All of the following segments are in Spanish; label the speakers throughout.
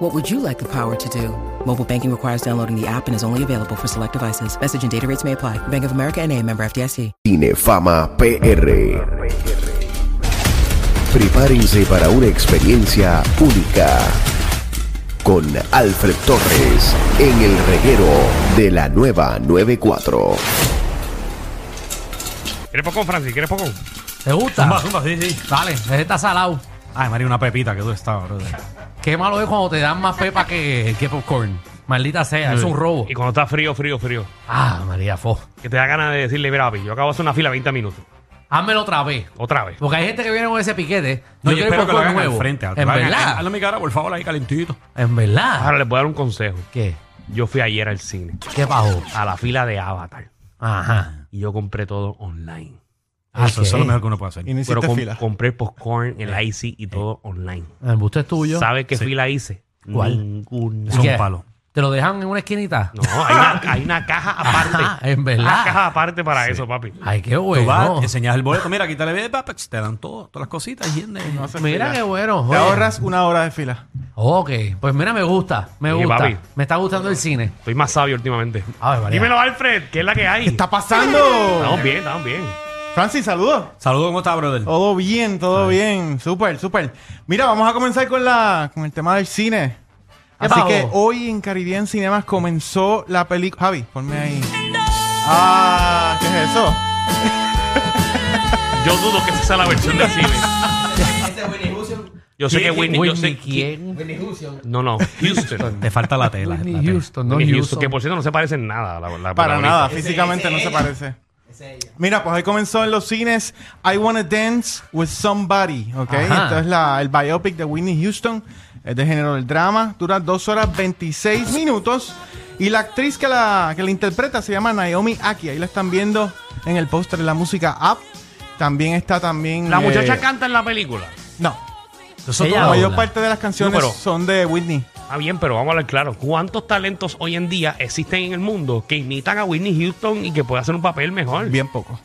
Speaker 1: What would you like the power to do? Mobile banking requires downloading the app and is only available for select devices. Message and data rates may apply. Bank of America and a member FDIC.
Speaker 2: Cinefama PR. Prepárense para una experiencia única con Alfred Torres en el reguero de la nueva 94.
Speaker 3: ¿Quieres pocón, Francis? ¿Quieres pocón?
Speaker 4: ¿Te gusta?
Speaker 5: Zumba, zumba, sí, sí.
Speaker 4: Dale, ese está salado.
Speaker 5: Ay, María, una pepita que tú estás, brother.
Speaker 4: Qué malo es cuando te dan más pepa que, que popcorn. Maldita sea, es un robo.
Speaker 3: Y cuando está frío, frío, frío.
Speaker 4: Ah, María Fo.
Speaker 3: Que te da ganas de decirle, mira, papi, yo acabo de hacer una fila 20 minutos.
Speaker 4: Házmelo otra vez.
Speaker 3: Otra vez.
Speaker 4: Porque hay gente que viene con ese piquete.
Speaker 5: No,
Speaker 4: Yo
Speaker 5: yo
Speaker 4: quiero
Speaker 5: espero que lo
Speaker 4: popcorn
Speaker 5: hagan al
Speaker 4: nuevo.
Speaker 5: frente. al-
Speaker 4: En
Speaker 5: hagan-
Speaker 4: verdad.
Speaker 5: Hazlo en mi cara, por favor, ahí calentito.
Speaker 4: En
Speaker 3: Ahora
Speaker 4: verdad.
Speaker 3: les voy a dar un consejo.
Speaker 4: ¿Qué?
Speaker 3: Yo fui ayer al cine,
Speaker 4: ¿Qué bajó?
Speaker 3: a la fila de Avatar,
Speaker 4: Ajá.
Speaker 3: y yo compré todo online.
Speaker 4: Ah,
Speaker 5: Eso, eso es lo mejor que uno puede hacer.
Speaker 6: Y no hiciste
Speaker 3: Pero com-
Speaker 6: fila.
Speaker 3: compré el popcorn, el IC y todo online.
Speaker 4: El busto es tuyo.
Speaker 3: ¿Sabes qué fila hice?
Speaker 4: ¿Cuál?
Speaker 3: Ninguna.
Speaker 5: Mm, Eso es
Speaker 4: ¿Qué?
Speaker 5: un palo.
Speaker 4: ¿Te lo dejan en una esquinita?
Speaker 3: No, hay una, hay una caja aparte.
Speaker 6: Ah,
Speaker 4: Ajá, en
Speaker 3: Una caja
Speaker 4: verdad.
Speaker 3: aparte para eso, papi.
Speaker 4: Ay, qué
Speaker 5: Tú vas,
Speaker 4: bueno.
Speaker 5: enseñas el boleto. Mira, quítale el papex, te dan todo, todas las cositas. y en-
Speaker 4: Mira qué bueno.
Speaker 6: Te
Speaker 4: Oye.
Speaker 6: ahorras una hora de fila.
Speaker 4: Ok, pues mira, me gusta. Me
Speaker 3: Sí,
Speaker 4: gusta.
Speaker 3: papi.
Speaker 4: Me está gustando el cine.
Speaker 3: Estoy más sabio últimamente.
Speaker 4: A ver, María.
Speaker 3: Dímelo, Alfred, ¿qué es la que hay?
Speaker 6: ¿Qué Ah, está pasando?
Speaker 3: Estamos bien, estamos bien.
Speaker 6: Francis, saludos.
Speaker 5: Saludos, ¿cómo estás, brother?
Speaker 6: Todo bien, todo bien. Súper, súper. Mira, vamos a comenzar con, la, con el tema del cine.
Speaker 4: ¿Qué
Speaker 6: Así
Speaker 4: pasó?
Speaker 6: que hoy en Caribbean Cinemas comenzó la película. Javi, ponme ahí. Ah, ¿qué es eso?
Speaker 3: Yo dudo que esa sea la versión del cine. Yo sé que Whitney, yo sé
Speaker 4: Whitney, ¿quién?
Speaker 3: No, no, Houston.
Speaker 5: Te falta la tela. la
Speaker 4: Whitney
Speaker 5: tela.
Speaker 4: Houston, no
Speaker 3: Whitney
Speaker 4: Houston.
Speaker 3: Houston, que por cierto no se parecen nada a la, la
Speaker 6: Para
Speaker 3: protagonista.
Speaker 6: nada, físicamente no se parece. Mira, pues hoy comenzó en los cines I Wanna Dance with Somebody, ¿ok?
Speaker 4: Ajá.
Speaker 6: Esto es la, el biopic de Whitney Houston, es de género del drama, dura 2 horas 26 minutos y la actriz que la, que la interpreta se llama Naomi Aki, ahí la están viendo en el póster de la música Up, también está también...
Speaker 3: La
Speaker 6: eh,
Speaker 3: muchacha canta en la película.
Speaker 6: No,
Speaker 5: Eso
Speaker 4: Ella
Speaker 5: todo-
Speaker 6: la
Speaker 4: habla.
Speaker 6: mayor parte de las canciones
Speaker 3: pero-
Speaker 6: son de Whitney.
Speaker 3: Ah, bien, pero vamos a hablar claro. ¿Cuántos talentos hoy en día existen en el mundo que imitan a Whitney Houston y que puede hacer un papel mejor?
Speaker 6: Bien poco,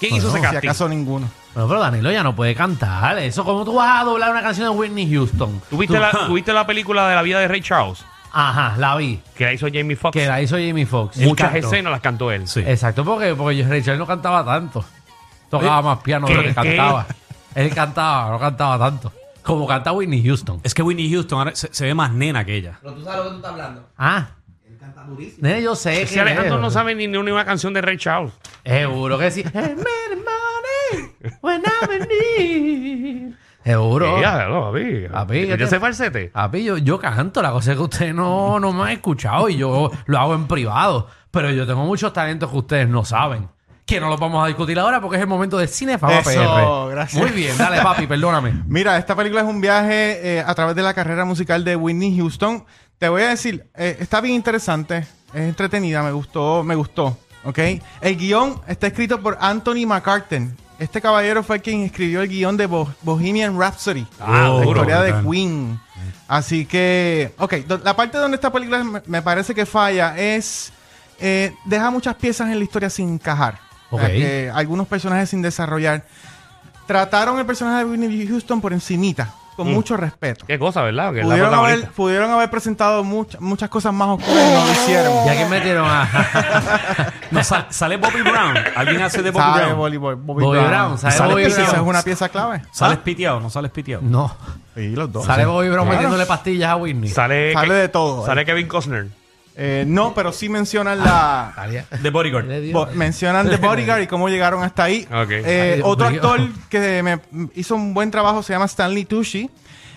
Speaker 3: ¿Quién hizo ese
Speaker 6: si
Speaker 3: casting?
Speaker 6: acaso ninguno.
Speaker 4: Bueno, pero Danilo ya no puede cantar. Eso, ¿cómo tú vas a doblar una canción de Whitney Houston?
Speaker 3: ¿Tuviste
Speaker 4: Tú-
Speaker 3: la, tú viste la película de la vida de Ray Charles?
Speaker 4: Ajá, la vi.
Speaker 3: Que la hizo Jamie Foxx.
Speaker 4: Que la hizo Jimmy Fox.
Speaker 3: Muchas
Speaker 4: Él cantó.
Speaker 3: escenas las cantó él.
Speaker 5: Sí.
Speaker 4: Exacto, porque, porque Richard no cantaba tanto. Tocaba más piano de lo
Speaker 3: ¿Qué?
Speaker 4: que cantaba. Él cantaba, no cantaba tanto. Como canta Whitney Houston.
Speaker 5: Es que Whitney Houston ahora se, se ve más nena que ella.
Speaker 4: Ah. Nene, yo sé
Speaker 3: Ese
Speaker 4: que
Speaker 3: Alejandro no sabe ni ni una canción de Ray Charles.
Speaker 4: Seguro que sí. I made money when I'm in need. Seguro.
Speaker 3: Ella, no, papi.
Speaker 4: Papi,
Speaker 3: ¿Ya
Speaker 4: ¿qué
Speaker 3: ese
Speaker 4: te-
Speaker 3: falsete?
Speaker 4: Papi, yo, yo canto, la cosa es que ustedes no, no me han escuchado y yo lo hago en privado. Pero yo tengo muchos talentos que ustedes no saben. Que no los vamos a discutir ahora porque es el momento de Cinefama
Speaker 6: Eso,
Speaker 4: PR.
Speaker 6: gracias.
Speaker 4: Muy bien, dale, papi, perdóname.
Speaker 6: Mira, esta película es un viaje eh, a través de la carrera musical de Whitney Houston. Te voy a decir, eh, está bien interesante, es entretenida, me gustó, me gustó, ¿ok? El guión está escrito por Anthony McCartan. Este caballero fue quien escribió el guión de Bo- Bohemian Rhapsody,
Speaker 3: Ah,
Speaker 6: la
Speaker 3: duro,
Speaker 6: historia de
Speaker 5: brutal.
Speaker 6: Queen. Así que, ok, do- la parte donde esta película me- me parece que falla es, eh, deja muchas piezas en la historia sin encajar. O sea,
Speaker 4: Ok.
Speaker 6: que algunos personajes sin desarrollar trataron el personaje de Whitney Houston por encimita, con mucho respeto.
Speaker 3: Qué cosa, ¿verdad? Que es la
Speaker 6: Pudieron haber,
Speaker 3: protagonista.
Speaker 6: pudieron haber presentado mucha- muchas cosas más oscuras y no lo hicieron.
Speaker 4: Ya que metieron a
Speaker 5: No, sal- sale Bobby Brown. Alguien hace de Bobby
Speaker 6: Sabe
Speaker 5: Brown.
Speaker 6: voleibol- Bobby
Speaker 4: Bobby Brown, sabe
Speaker 6: Sale
Speaker 4: Bobby
Speaker 6: Pete,
Speaker 4: Brown.
Speaker 6: esa es una pieza clave.
Speaker 5: ¿Sales piteado? ¿No sales piteado?
Speaker 4: No.
Speaker 6: Sí, los dos.
Speaker 4: Sale Bobby Brown
Speaker 6: Claro.
Speaker 4: metiéndole pastillas a Whitney.
Speaker 3: Sale,
Speaker 6: Sale de todo.
Speaker 3: Sale Kevin Costner.
Speaker 6: Eh, no, pero sí mencionan la...
Speaker 4: Estaría-
Speaker 5: De Bodyguard.
Speaker 4: le dio-
Speaker 6: Bo- mencionan The Bodyguard y cómo llegaron hasta ahí.
Speaker 3: Ok.
Speaker 6: Eh,
Speaker 4: Ay,
Speaker 6: otro
Speaker 4: Dios mío.
Speaker 6: actor que me hizo un buen trabajo se llama Stanley Tucci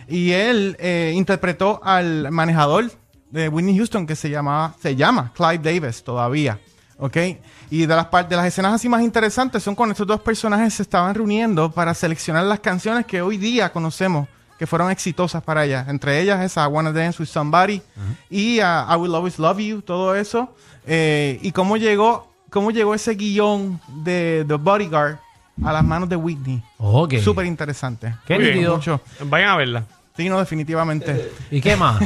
Speaker 6: y él eh, interpretó al manejador de Whitney Houston que se llamaba se llama Clive Davis todavía. ¿Ok? Y de las, par- de las escenas así más interesantes son cuando estos dos personajes se estaban reuniendo para seleccionar las canciones que hoy día conocemos que fueron exitosas para ellas. Entre ellas esa I Wanna Dance With Somebody y ah, I Will Always Love You, todo eso. Eh, y cómo llegó cómo llegó ese guión de The Bodyguard a las manos de Whitney.
Speaker 4: Ok.
Speaker 6: Súper interesante.
Speaker 4: Qué
Speaker 3: Muy bien,
Speaker 4: nítido.
Speaker 6: Mucho.
Speaker 3: Vayan a verla.
Speaker 6: Sí, no, definitivamente.
Speaker 4: ¿Y qué más?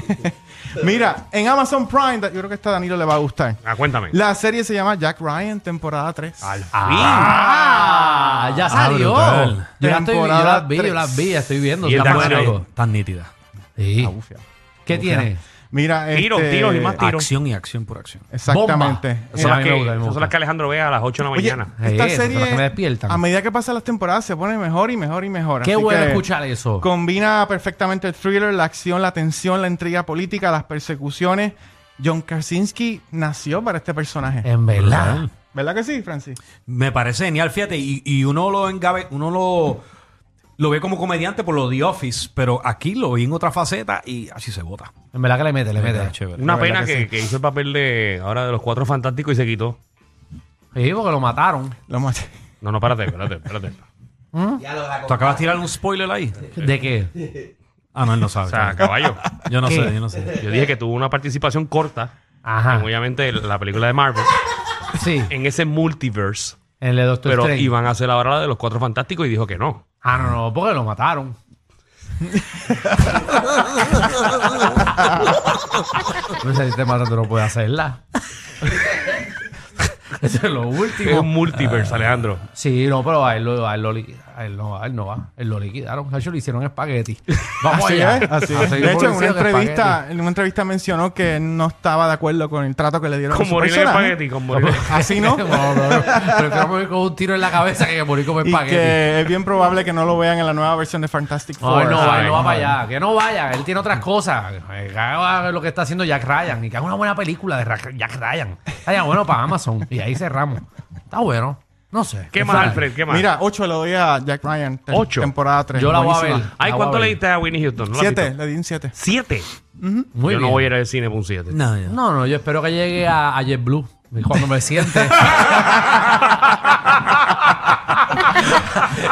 Speaker 6: Mira, en Amazon Prime, yo creo que esta a Danilo le va a gustar.
Speaker 3: Ah, cuéntame.
Speaker 6: La serie se llama Jack Ryan, temporada 3.
Speaker 3: Al fin.
Speaker 4: ¡Ah! Ya salió.
Speaker 5: brutal.
Speaker 4: yo las estoy- yo
Speaker 6: Temporada
Speaker 4: las vi, yo
Speaker 6: tres.
Speaker 4: las vi, las estoy viendo.
Speaker 3: Y el
Speaker 4: están
Speaker 3: Dark
Speaker 4: buenas,
Speaker 3: Knight.
Speaker 4: loco.
Speaker 5: Tan nítida.
Speaker 4: Sí.
Speaker 6: Ah, bufia.
Speaker 4: ¿Qué tiene?
Speaker 6: Mira,
Speaker 3: Tiros,
Speaker 6: este,
Speaker 3: tiros y más tiros.
Speaker 5: Acción y acción por acción.
Speaker 6: Exactamente.
Speaker 4: Bomba.
Speaker 3: Esas son,
Speaker 4: Eh,
Speaker 3: las
Speaker 4: a mí
Speaker 3: que,
Speaker 4: me gusta, a mí me
Speaker 3: esas son
Speaker 4: gusta.
Speaker 3: las que Alejandro ve a las 8 de la
Speaker 6: Oye,
Speaker 3: mañana.
Speaker 6: esta
Speaker 4: Eh, esas son
Speaker 6: serie,
Speaker 4: las que me despiertan.
Speaker 6: a medida que pasan las temporadas, se pone mejor y mejor y mejor.
Speaker 4: Qué
Speaker 6: Así
Speaker 4: bueno
Speaker 6: que
Speaker 4: escuchar eso.
Speaker 6: Combina perfectamente el thriller, la acción, la tensión, la intriga política, las persecuciones. John Krasinski nació para este personaje.
Speaker 4: En verdad.
Speaker 6: ¿Verdad que sí, Francis?
Speaker 5: Me parece genial, fíjate, y, y uno lo engabe, uno lo, lo ve como comediante por lo de Office, pero aquí lo vi en otra faceta y así se vota.
Speaker 4: En verdad que le mete, le mete.
Speaker 3: Una
Speaker 6: La verdad
Speaker 3: pena que,
Speaker 6: que sí.
Speaker 3: que hizo el papel de ahora de los cuatro fantásticos y se quitó.
Speaker 4: Sí, porque lo mataron.
Speaker 6: Lo maté.
Speaker 3: No, no, espérate, espérate, espérate.
Speaker 5: ¿Tú acabas de tirar un spoiler ahí?
Speaker 4: ¿De qué?
Speaker 5: Ah, no, él no
Speaker 3: O
Speaker 5: sabe.
Speaker 3: sea, caballo.
Speaker 5: yo no
Speaker 4: ¿Qué?
Speaker 5: sé, yo no sé.
Speaker 3: Yo dije que tuvo una participación corta.
Speaker 4: Ajá.
Speaker 3: en, Obviamente, la película de Marvel.
Speaker 4: Sí.
Speaker 3: En ese multiverse.
Speaker 4: En el de Doctor
Speaker 3: Pero
Speaker 4: Strange.
Speaker 3: iban a hacer ahora la de los cuatro fantásticos y dijo que no.
Speaker 4: Ah, no, no, porque lo mataron. no sé si te matan, tú no puedes hacerla. Eso es lo
Speaker 3: Es un
Speaker 4: último.
Speaker 3: multiverse,
Speaker 6: Ah.
Speaker 3: Alejandro.
Speaker 4: Sí, no, pero a él, lo- a él, lo, liqui- a él no, a él no va. A él lo liquidaron. A él le hicieron espagueti. Vamos
Speaker 6: Así
Speaker 4: allá.
Speaker 6: es, así es.
Speaker 4: Así que
Speaker 6: De hecho, en
Speaker 4: por
Speaker 6: una,
Speaker 4: eso es
Speaker 6: entrevista, en una entrevista mencionó que no estaba de acuerdo con el trato que le dieron a
Speaker 3: Con
Speaker 6: su
Speaker 3: morir en
Speaker 6: personaje.
Speaker 3: espagueti, con morir en-
Speaker 6: Así no.
Speaker 4: espagueti. No, no, no. Prefiero morir con un tiro en la cabeza que morir como
Speaker 6: y
Speaker 4: espagueti.
Speaker 6: que es bien probable que no lo vean en la nueva versión de Fantastic
Speaker 4: No,
Speaker 6: Four.
Speaker 4: él no va, él no va
Speaker 3: Ay,
Speaker 4: para allá. Que no vaya, él tiene otras cosas. Eh, Que haga lo que está haciendo Jack Ryan y que haga una buena película de Ra- Jack Ryan. Estaría bueno para Amazon. Y ahí cerramos. Está bueno. No sé.
Speaker 3: ¿Qué
Speaker 4: Está
Speaker 3: más,
Speaker 4: bien.
Speaker 3: Alfred? ¿Qué más?
Speaker 6: Mira, 8 le doy a Jack Ryan. te-
Speaker 3: Ocho.
Speaker 6: Temporada 3.
Speaker 4: Yo la voy a ver.
Speaker 3: Ay,
Speaker 4: La
Speaker 3: ¿cuánto le
Speaker 4: voy a ver.
Speaker 3: diste Ah, a Winnie Houston? ¿No la has
Speaker 6: 7,
Speaker 3: visto?
Speaker 6: le di un 7.
Speaker 3: ¿Siete?
Speaker 4: Muy
Speaker 3: Yo
Speaker 4: bien.
Speaker 3: no voy a ir al cine por un siete.
Speaker 5: No, yo-
Speaker 4: No, no, yo espero que llegue a, a JetBlue. Y Cuando me siente.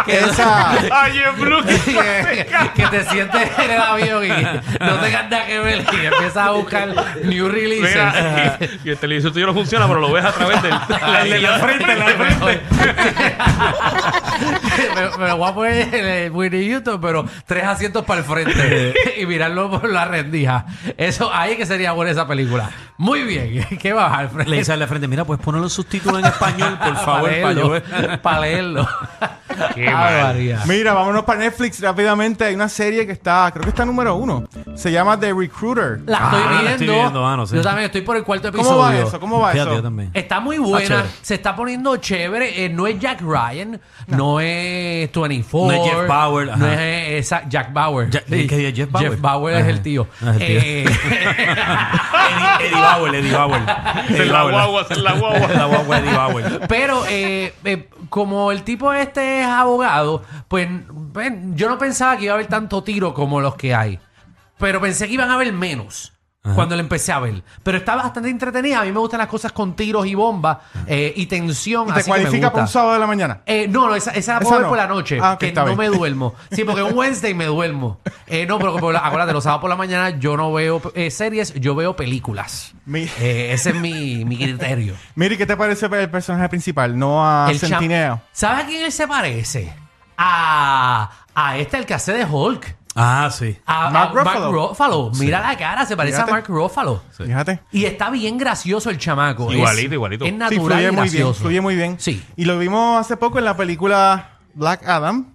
Speaker 4: que,
Speaker 6: Esa.
Speaker 3: Ay, es Blue.
Speaker 4: que- que te sientes en el avión y no tengas nada que ver. Y empiezas a buscar new releases.
Speaker 3: Mira, y este el televisor tuyo no funciona, pero lo ves a través del
Speaker 4: Ay,
Speaker 3: del- del frente, del frente.
Speaker 4: me, me lo voy a poner en el Winnie Houston, pero tres asientos para el frente y mirarlo por la rendija. Eso ahí que sería buena esa película. Muy bien. ¿Qué va, Alfred?
Speaker 5: Le dice al de frente, mira, puedes poner los subtítulos en español, por favor,
Speaker 4: para
Speaker 5: para
Speaker 4: leerlo.
Speaker 5: yo ver.
Speaker 4: Para leerlo.
Speaker 3: Qué
Speaker 4: barbaridad.
Speaker 6: Mira, vámonos para Netflix rápidamente. Hay una serie que está, creo que está número 1. Se llama The Recruiter.
Speaker 4: La
Speaker 5: Ah,
Speaker 4: estoy
Speaker 5: la
Speaker 4: viendo.
Speaker 5: estoy viendo, ah, no sé.
Speaker 4: Yo también estoy por el cuarto episodio.
Speaker 6: ¿Cómo va eso? ¿Cómo va
Speaker 5: Fíjate, yo
Speaker 6: eso?
Speaker 5: también.
Speaker 4: Está muy
Speaker 5: Ah,
Speaker 4: buena,
Speaker 5: chévere.
Speaker 4: se está poniendo chévere. Eh, no es Jack Ryan, no, es 24.
Speaker 5: No es Jeff Bauer, ajá.
Speaker 4: No es eh, esa- Jack Bauer.
Speaker 5: Ja- ¿qué- qué es Jeff Bauer?
Speaker 4: Jeff Bauer es
Speaker 5: Ajá.
Speaker 4: el tío.
Speaker 5: Ah, el tío.
Speaker 4: Eh,
Speaker 5: Eddie, Eddie Bauer, Eddie Bauer.
Speaker 3: Es
Speaker 5: Eddie
Speaker 3: la
Speaker 5: Bauer.
Speaker 3: guagua, es la guagua.
Speaker 5: La guagua Eddie Bauer.
Speaker 4: pero eh, eh, como el tipo este es abogado, pues ven, yo no pensaba que iba a haber tanto tiro como los que hay. Pero pensé que iban a haber menos. Cuando le empecé a ver. Pero está bastante entretenida. A mí me gustan las cosas con tiros y bombas eh, y tensión.
Speaker 6: Y te
Speaker 4: así que me
Speaker 6: cualifica para un
Speaker 4: gusta.
Speaker 6: sábado de la mañana.
Speaker 4: Eh, no, no, esa, esa la
Speaker 6: Esa
Speaker 4: puedo ver
Speaker 6: no.
Speaker 4: por la noche,
Speaker 6: Ah, ok,
Speaker 4: que
Speaker 6: está
Speaker 4: no
Speaker 6: bien.
Speaker 4: me duermo. Sí, porque un Wednesday me duermo. Eh, no, pero por la- acuérdate, los sábados por la mañana yo no veo eh, series, yo veo películas.
Speaker 6: Mi-
Speaker 4: Eh, ese es mi, mi criterio.
Speaker 6: Mire, ¿qué te parece el personaje principal? No a
Speaker 4: El cham-
Speaker 6: Ah, Centineo.
Speaker 4: ¿Sabes a quién él se parece? A, a este, el que hace de Hulk.
Speaker 5: Ah, sí.
Speaker 4: A,
Speaker 6: Mark
Speaker 4: a
Speaker 6: Ruffalo.
Speaker 4: Ruffalo. Mira la cara, se parece
Speaker 6: Fíjate.
Speaker 4: a Mark Ruffalo.
Speaker 6: Fíjate.
Speaker 4: Y está bien gracioso el chamaco. Es-
Speaker 3: Igualito, igualito.
Speaker 4: Es
Speaker 6: Sí,
Speaker 4: natural
Speaker 6: fluye
Speaker 4: y
Speaker 6: muy bien.
Speaker 4: gracioso.
Speaker 6: Fluye muy bien.
Speaker 4: Sí.
Speaker 6: Y lo vimos hace poco en la película Black Adam.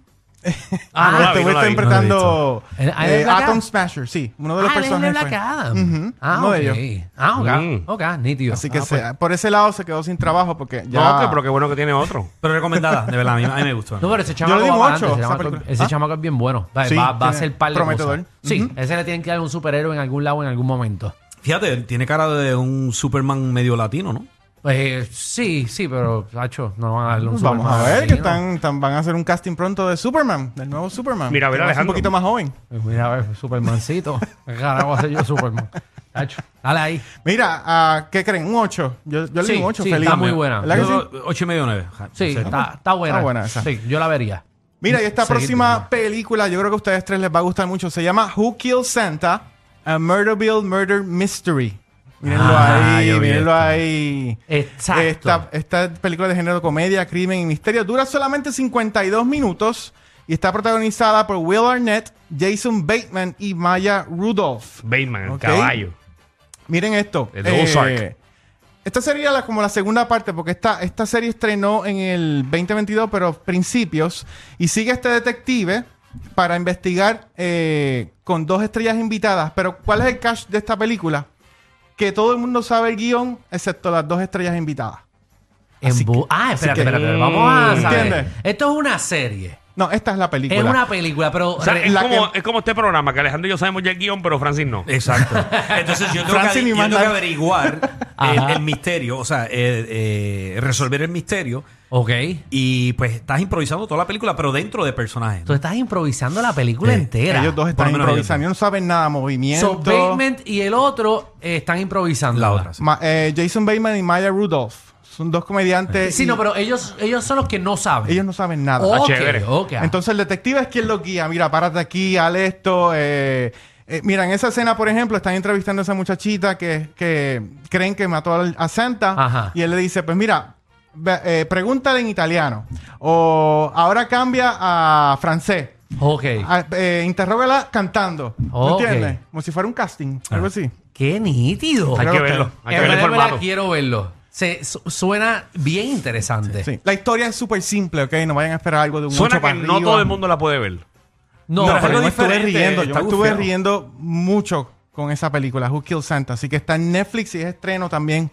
Speaker 3: Ah, no la vi, no la
Speaker 6: Estuvo
Speaker 3: vi, no
Speaker 5: la he
Speaker 6: interpretando
Speaker 4: ¿El- el
Speaker 6: eh,
Speaker 4: Black Adam?
Speaker 6: Atom Smasher, sí. Uno de los
Speaker 4: ah, él es de
Speaker 6: personajes. fue.
Speaker 4: Black Adam.
Speaker 6: Ujú,
Speaker 4: Ah,
Speaker 6: uno
Speaker 4: ok.
Speaker 6: de
Speaker 4: Ah, ok.
Speaker 3: Mm.
Speaker 4: Ok, nítido.
Speaker 6: Así que
Speaker 4: Ah,
Speaker 6: se- por ese lado se quedó sin trabajo porque ya.
Speaker 3: No, que- pero qué bueno que tiene otro.
Speaker 5: Pero recomendada, de verdad, a mí, a mí me gustó.
Speaker 4: No, pero ese
Speaker 6: le
Speaker 4: chamaco
Speaker 6: di
Speaker 4: va
Speaker 6: un
Speaker 4: para
Speaker 6: ocho,
Speaker 4: adelante, Ese,
Speaker 6: esa
Speaker 4: chamaco,
Speaker 6: película.
Speaker 4: ese
Speaker 6: ¿Ah?
Speaker 4: chamaco es bien bueno. Va,
Speaker 6: Sí,
Speaker 4: va- va a
Speaker 6: tiene-
Speaker 4: ser par de
Speaker 6: prometedor.
Speaker 4: cosas. Sí, ese le tienen que dar un superhéroe en algún lado en algún momento.
Speaker 5: Fíjate, él tiene cara de un Superman medio latino, ¿no?
Speaker 4: Eh, sí, sí, pero, Sacho, no van a darle un
Speaker 6: pues, Vamos a
Speaker 4: Superman
Speaker 6: ver, que
Speaker 4: así, ¿no?
Speaker 6: están, están- van a hacer un casting pronto de Superman, del nuevo Superman.
Speaker 3: Mira, a ver,
Speaker 6: Que va a ser
Speaker 3: Alejandro.
Speaker 6: Un poquito más joven.
Speaker 4: Eh, Mira, a ver, Supermancito. ¿Qué carajo voy a hacer yo Superman? Sacho, dale ahí.
Speaker 6: Mira, ah, ¿qué creen? Un 8. Yo, yo le
Speaker 4: Sí,
Speaker 6: di un 8,
Speaker 4: sí,
Speaker 6: feliz.
Speaker 4: está muy buena.
Speaker 6: ¿Verdad ¿Ah, que sí?
Speaker 5: Yo, Ocho y medio, nueve. Ja,
Speaker 4: Sí,
Speaker 5: no sé.
Speaker 4: está, está buena.
Speaker 6: Está buena esa.
Speaker 4: Sí, yo la vería.
Speaker 6: Mira, y esta
Speaker 4: Seguir,
Speaker 6: próxima
Speaker 4: ¿no?
Speaker 6: película, yo creo que a ustedes tres les va a gustar mucho. Se llama Who Killed Santa? A Murderville Murder Mystery. Mírenlo
Speaker 5: Ah,
Speaker 6: ahí,
Speaker 5: yo vi
Speaker 6: mírenlo
Speaker 5: esto.
Speaker 6: ahí.
Speaker 4: Exacto.
Speaker 6: Esta, esta película de género comedia, crimen y misterio dura solamente 52 minutos y está protagonizada por Will Arnett, Jason Bateman y Maya Rudolph.
Speaker 3: Bateman, el
Speaker 6: Ok.
Speaker 3: caballo.
Speaker 6: Miren esto. eh,
Speaker 3: El de Ozark.
Speaker 6: Esta sería la- como la segunda parte, porque esta, esta serie estrenó en el 2022, pero principios, y sigue este detective para investigar eh, con dos estrellas invitadas. Pero ¿cuál es el catch de esta película? Que todo el mundo sabe el guión, excepto las dos estrellas invitadas.
Speaker 4: En bu- Ah, espérate, espérate, espérate, Vamos a saber.
Speaker 6: ¿Entiendes?
Speaker 4: Esto es una serie.
Speaker 6: No, esta es la película.
Speaker 4: Es una película, pero.
Speaker 3: O sea,
Speaker 4: re-
Speaker 3: es,
Speaker 6: la
Speaker 3: como,
Speaker 6: que-
Speaker 3: es como este programa, que Alejandro y yo sabemos ya el guión, pero Francis no.
Speaker 5: Exacto. Entonces yo tengo,
Speaker 6: Francis
Speaker 5: que,
Speaker 6: ni
Speaker 5: yo
Speaker 6: manda-
Speaker 5: tengo que averiguar el,
Speaker 4: Ajá.
Speaker 5: el misterio, o sea, eh, eh, resolver el misterio.
Speaker 4: Ok.
Speaker 5: Y pues estás improvisando toda la película, pero dentro de personajes.
Speaker 4: Tú
Speaker 5: ¿no?
Speaker 4: estás improvisando la película
Speaker 5: Sí.
Speaker 4: entera.
Speaker 6: Eh, Ellos dos
Speaker 5: Por lo
Speaker 6: están
Speaker 5: menos ellos
Speaker 6: improvisando, no saben nada,
Speaker 4: So,
Speaker 6: movimiento.
Speaker 4: Bateman y el otro eh, están improvisando.
Speaker 5: La otra, sí.
Speaker 6: Ma- eh, Jason Bateman y Maya Rudolph son dos comediantes.
Speaker 4: eh, Sí,
Speaker 6: y
Speaker 4: no, pero ellos, ellos son los que no saben.
Speaker 6: Ellos no saben nada.
Speaker 4: Ok,
Speaker 3: Ah, chévere.
Speaker 4: ok.
Speaker 6: Entonces el detective es quien lo guía. Mira, párate aquí, haz esto. eh, eh, mira, en esa escena, por ejemplo, están entrevistando a esa muchachita que, que creen que mató al- a Santa.
Speaker 4: Ajá.
Speaker 6: Y él le dice, pues mira, ve- eh, pregúntale en italiano. O ahora cambia a francés.
Speaker 4: ok.
Speaker 6: A- eh, interrógala cantando. ¿Me
Speaker 4: Ok. Ah.
Speaker 6: ¿Entiendes? Como si fuera un casting, algo así.
Speaker 4: Qué nítido.
Speaker 3: Hay
Speaker 6: Creo
Speaker 3: que
Speaker 6: que-
Speaker 3: verlo. Hay que ver
Speaker 4: En
Speaker 3: el
Speaker 4: verdad, en verdad,
Speaker 3: formato.
Speaker 4: quiero verlo. Se, su- suena bien interesante.
Speaker 6: Sí. La historia es súper simple, ¿ok? No vayan a esperar algo de un
Speaker 3: Suena
Speaker 6: ocho
Speaker 3: que
Speaker 6: para
Speaker 3: no
Speaker 6: arriba.
Speaker 3: todo el mundo la puede ver.
Speaker 4: No,
Speaker 6: No,
Speaker 5: pero
Speaker 6: pero
Speaker 5: algo
Speaker 6: yo me estuve
Speaker 5: diferente,
Speaker 6: riendo. Yo
Speaker 5: está
Speaker 6: me estuve
Speaker 5: gufiado.
Speaker 6: riendo mucho con esa película, Who Killed Santa. Así que está en Netflix y es estreno también.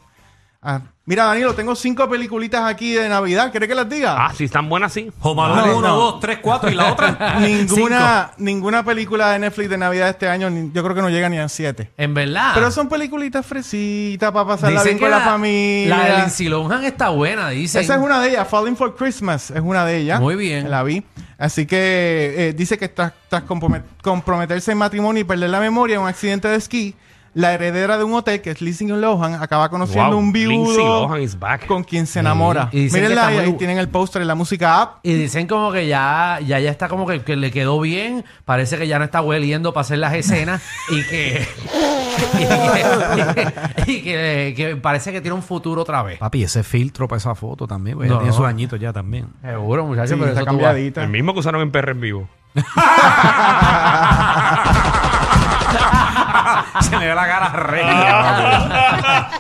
Speaker 6: Ah, mira, Danilo, tengo cinco peliculitas aquí de Navidad. ¿Quieres que las diga?
Speaker 3: Ah, si están buenas, sí.
Speaker 5: Home Alone
Speaker 6: No,
Speaker 5: 1,
Speaker 6: no.
Speaker 5: 2, 3, 4 y la otra.
Speaker 6: ninguna, ninguna película de Netflix de Navidad este año, ni- yo creo que no llega ni a siete.
Speaker 4: en verdad.
Speaker 6: Pero son peliculitas fresitas para pasarla
Speaker 4: Ah. Dicen
Speaker 6: bien
Speaker 4: que
Speaker 6: con la, familia.
Speaker 4: La de Lindsay Lohan está buena, dicen.
Speaker 6: Esa es una de ellas. Falling for Christmas es una de ellas.
Speaker 4: Muy bien.
Speaker 6: La vi. Así que eh, dice que tras, tras compromet- comprometerse en matrimonio y perder la memoria en un accidente de esquí, la heredera de un hotel, que es Lindsay Lohan, acaba conociendo
Speaker 3: Wow,
Speaker 6: un viudo
Speaker 3: Lindsay Lohan is back.
Speaker 6: con quien se enamora.
Speaker 4: Y- y dicen que
Speaker 6: Mírenla
Speaker 4: está
Speaker 6: ahí,
Speaker 4: muy
Speaker 6: ahí
Speaker 4: bu-
Speaker 6: tienen el póster en la música app.
Speaker 4: Y dicen como que ya, ya, ya está como que, que le quedó bien. Parece que ya no está hueliendo para hacer las escenas. y que. y que, y que- que parece que tiene un futuro otra vez.
Speaker 5: Papi, ese filtro para esa foto también, güey. ya
Speaker 4: No.
Speaker 5: Tiene sus añitos ya también.
Speaker 4: Seguro, muchachos,
Speaker 6: Sí,
Speaker 4: pero
Speaker 6: está
Speaker 4: eso tú vas-
Speaker 6: cambiadita.
Speaker 3: El mismo que usaron en PR en vivo.
Speaker 5: Se me ve la cara regia.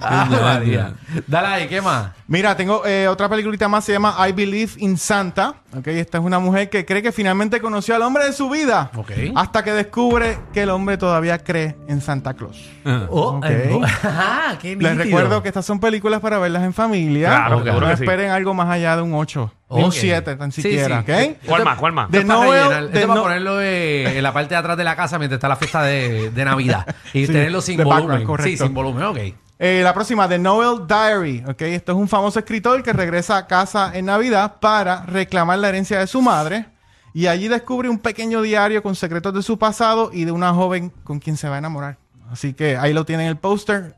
Speaker 4: Ah, María. Dale ahí, ¿qué más?
Speaker 6: Mira, tengo eh, otra peliculita más, se llama I Believe in Santa. Ok, esta es una mujer que cree que finalmente conoció al hombre de su vida.
Speaker 4: Ok.
Speaker 6: Hasta que descubre que el hombre todavía cree en Santa Claus.
Speaker 4: Oh,
Speaker 6: Ok.
Speaker 4: eh, oh, ajá, qué
Speaker 6: Les
Speaker 4: nítido.
Speaker 6: recuerdo que estas son películas para verlas en familia.
Speaker 3: Claro,
Speaker 6: Ok.
Speaker 3: seguro
Speaker 6: No
Speaker 3: que sí.
Speaker 6: esperen algo más allá de un 8, ni un
Speaker 4: Ok.
Speaker 6: 7 tan
Speaker 4: Sí,
Speaker 6: siquiera,
Speaker 4: sí.
Speaker 6: ¿ok?
Speaker 3: ¿Cuál más? ¿Cuál más?
Speaker 6: Este- de
Speaker 4: Esto es para
Speaker 6: Noel,
Speaker 4: rellenar. Esto
Speaker 6: de
Speaker 4: es para
Speaker 6: no-
Speaker 4: ponerlo eh, en la parte de atrás de la casa mientras está la fiesta de, de Navidad. Y
Speaker 6: Sí,
Speaker 4: tenerlo sin
Speaker 6: de background,
Speaker 4: volumen. Sí,
Speaker 6: correcto.
Speaker 4: sin volumen, ok.
Speaker 6: Eh, la próxima, The Noel Diary, ¿ok? Esto es un famoso escritor que regresa a casa en Navidad para reclamar la herencia de su madre y allí descubre un pequeño diario con secretos de su pasado y de una joven con quien se va a enamorar. Así que ahí lo tienen el póster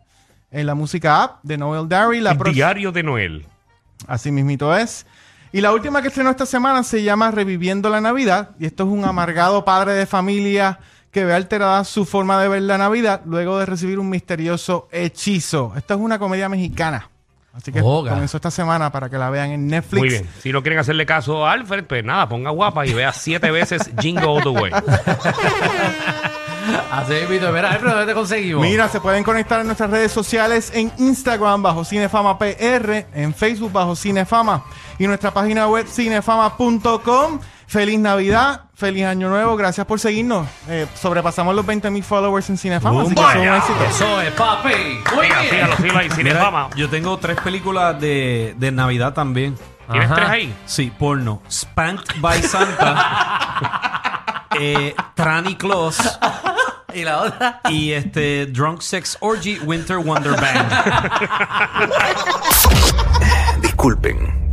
Speaker 6: en la música app de Noel Diary. La
Speaker 3: El
Speaker 6: próxima-
Speaker 3: diario de Noel.
Speaker 6: Así mismito es. Y la última que estrenó esta semana se llama Reviviendo la Navidad. Y esto es un amargado padre de familia que ve alterada su forma de ver la Navidad luego de recibir un misterioso hechizo. Esta es una comedia mexicana. Así que
Speaker 4: Oga.
Speaker 6: comenzó esta semana para que la vean en Netflix.
Speaker 3: Muy bien. Si no quieren hacerle caso a Alfred, pues nada, ponga guapa y vea siete veces Jingo All the Way.
Speaker 4: Así es, Vito. Mira, Alfredo, ¿dónde te conseguimos?
Speaker 6: Mira, se pueden conectar en nuestras redes sociales en Instagram bajo Cinefama PR, en Facebook bajo Cinefama y nuestra página web cinefama.com. Feliz Navidad, feliz Año Nuevo, gracias por seguirnos. Eh, sobrepasamos los 20 mil followers en Cinefama, así que son un
Speaker 3: ¡Vaya!
Speaker 6: éxito.
Speaker 4: Eso es, papi. Muy
Speaker 3: Siga,
Speaker 4: bien.
Speaker 3: sígalo, sígalo ahí, sin fama.
Speaker 5: Yo tengo tres películas de, de Navidad también.
Speaker 3: ¿Tienes
Speaker 4: Ajá.
Speaker 3: tres ahí?
Speaker 5: Sí, porno. Spanked by Santa. eh, Tranny Claus.
Speaker 4: Y la otra.
Speaker 5: Y este Drunk Sex Orgy Winter Wonder Band.
Speaker 7: Disculpen,